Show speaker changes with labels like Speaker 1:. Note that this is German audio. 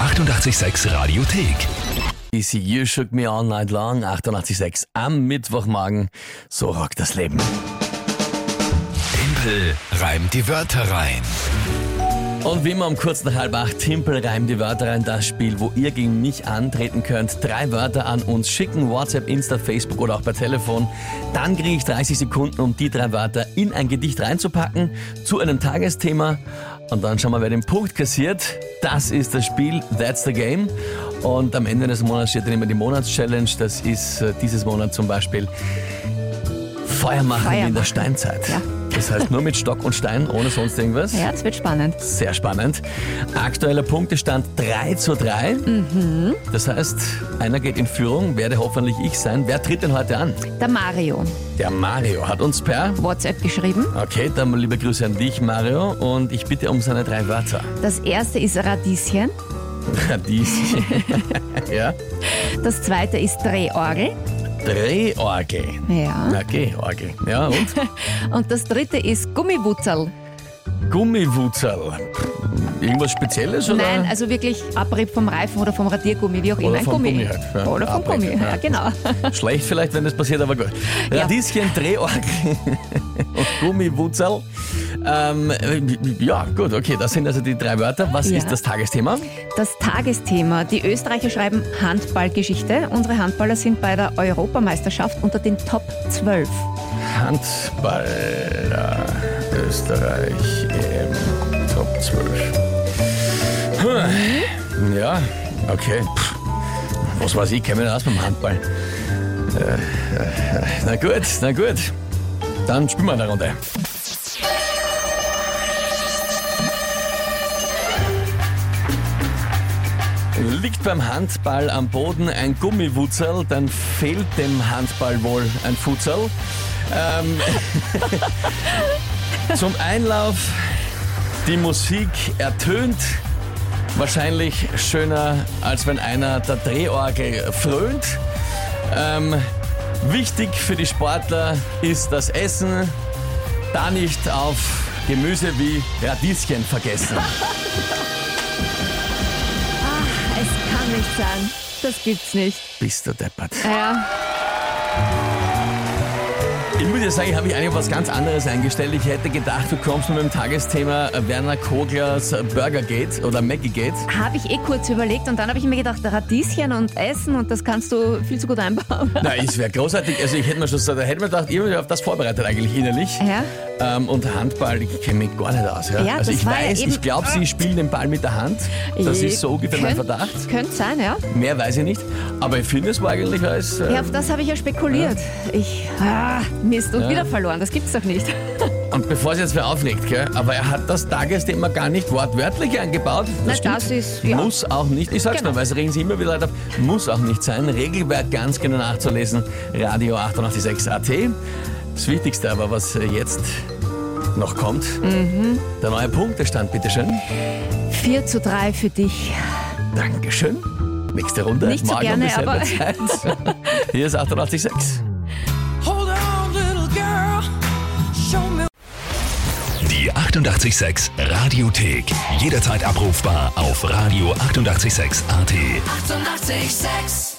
Speaker 1: 886 Radiothek.
Speaker 2: Easy, you shook me all night long, 88.6 am Mittwochmorgen. So rockt das Leben.
Speaker 1: Tempel reimt die Wörter rein.
Speaker 2: Und wie immer um kurz nach halb acht, Timpel reimt die Wörter rein, das Spiel, wo ihr gegen mich antreten könnt. Drei Wörter an uns schicken, WhatsApp, Insta, Facebook oder auch per Telefon. Dann kriege ich 30 Sekunden, um die drei Wörter in ein Gedicht reinzupacken, zu einem Tagesthema. Und dann schauen wir, wer den Punkt kassiert. Das ist das Spiel, that's the game. Und am Ende des Monats steht dann immer die Monatschallenge. Das ist äh, dieses Monat zum Beispiel Feuer machen wie
Speaker 3: Feuer
Speaker 2: in der
Speaker 3: machen.
Speaker 2: Steinzeit.
Speaker 3: Ja.
Speaker 2: Das heißt nur mit Stock und Stein, ohne sonst irgendwas.
Speaker 3: Ja, das wird spannend.
Speaker 2: Sehr spannend. Aktueller Punktestand 3 zu 3. Das heißt, einer geht in Führung, werde hoffentlich ich sein. Wer tritt denn heute an?
Speaker 3: Der Mario,
Speaker 2: Der Mario hat uns per.
Speaker 3: WhatsApp geschrieben.
Speaker 2: Okay, dann mal liebe Grüße an dich, Mario. Und ich bitte um seine drei Wörter.
Speaker 3: Das erste ist Radieschen,
Speaker 2: Radieschen. ja.
Speaker 3: das zweite ist Drehorgel.
Speaker 2: Drehorgel.
Speaker 3: Ja.
Speaker 2: Okay, Orgel. Ja, und?
Speaker 3: Und das dritte ist Gummiwutzel.
Speaker 2: Gummiwutzel. Irgendwas Spezielles? Oder?
Speaker 3: Nein, also wirklich Abrieb vom Reifen oder vom Radiergummi, wie auch immer.
Speaker 2: Oder
Speaker 3: Ein
Speaker 2: vom
Speaker 3: Gummi.
Speaker 2: Gummi halt, ja.
Speaker 3: Oder vom
Speaker 2: Abrieb,
Speaker 3: Gummi,
Speaker 2: ja.
Speaker 3: ja, genau.
Speaker 2: Schlecht vielleicht, wenn das passiert, aber gut.
Speaker 3: Ja.
Speaker 2: Radieschen, Drehorgel und Gummiwutzel. Ähm, ja, gut, okay, das sind also die drei Wörter. Was
Speaker 3: Ja.
Speaker 2: ist das Tagesthema?
Speaker 3: Das Tagesthema. Die Österreicher schreiben Handballgeschichte. Unsere Handballer sind bei der Europameisterschaft unter den Top 12.
Speaker 2: Handballer Österreich im Top 12. Hm. Ja, okay. Pff. Was weiß ich, kenne mich nicht aus beim Handball. Äh, äh, Na gut, na gut. Dann spielen wir eine Runde. Liegt beim Handball am Boden ein Gummiwutzel, dann fehlt dem Handball wohl ein Futzel. Ähm, zum Einlauf, die Musik ertönt. Wahrscheinlich schöner, als wenn einer der Drehorgel fröhnt. Ähm, wichtig für die Sportler ist das Essen. Da nicht auf Gemüse wie Radieschen vergessen.
Speaker 3: Es kann nicht sein. Das gibt's nicht.
Speaker 2: Bist du deppert.
Speaker 3: Ja,
Speaker 2: Ich muss ja sagen, ich habe mich eigentlich auf was ganz anderes eingestellt. Ich hätte gedacht, du kommst mit dem Tagesthema Werner Koglers Burgergate oder MaggieGate.
Speaker 3: habe ich eh kurz überlegt und dann habe ich mir gedacht, Radieschen und Essen und das kannst du viel zu gut einbauen.
Speaker 2: Na, es wäre großartig. Also ich hätte mir schon so, da hätte man gedacht, ich habe mich auf das vorbereitet eigentlich innerlich.
Speaker 3: Ja.
Speaker 2: Ähm, und Handball, ich kenne mich gar nicht aus. Ja?
Speaker 3: Ja,
Speaker 2: also
Speaker 3: das
Speaker 2: ich
Speaker 3: war ja
Speaker 2: weiß,
Speaker 3: eben-
Speaker 2: ich glaube, sie spielen den Ball mit der Hand. Das ist so ungefähr mein
Speaker 3: Könnt-
Speaker 2: Verdacht.
Speaker 3: Könnte sein, ja.
Speaker 2: Mehr weiß ich nicht. Aber ich finde, es war eigentlich als... Äh,
Speaker 3: Ja, auf das habe ich ja spekuliert. Ich, ah, Mist, und wieder verloren. Das gibt's doch nicht.
Speaker 2: Und bevor es jetzt wer aufregt, gell? aber er hat das Tagesthema gar nicht wortwörtlich eingebaut.
Speaker 3: Na,
Speaker 2: stimmt.
Speaker 3: das ist- ja.
Speaker 2: Muss auch nicht, ich sag's
Speaker 3: Genau.
Speaker 2: nur, weil es regen sie immer wieder Leute auf, muss auch nicht sein. Regelwerk ganz genau nachzulesen, Radio 886 AT. Das Wichtigste aber, was äh, jetzt noch kommt,
Speaker 3: Mhm.
Speaker 2: der neue Punktestand, bitteschön.
Speaker 3: 4 zu 3 für dich.
Speaker 2: Dankeschön. Nächste Runde,
Speaker 3: Nicht so
Speaker 2: morgen um
Speaker 3: gerne,
Speaker 2: dieselbe
Speaker 3: aber-
Speaker 2: Zeit. Hier ist 886.
Speaker 4: Hold on, little girl. Show me.
Speaker 1: Die 886 Radiothek. Jederzeit abrufbar auf radio886.at. 886!
Speaker 4: Eighty-eight, sex.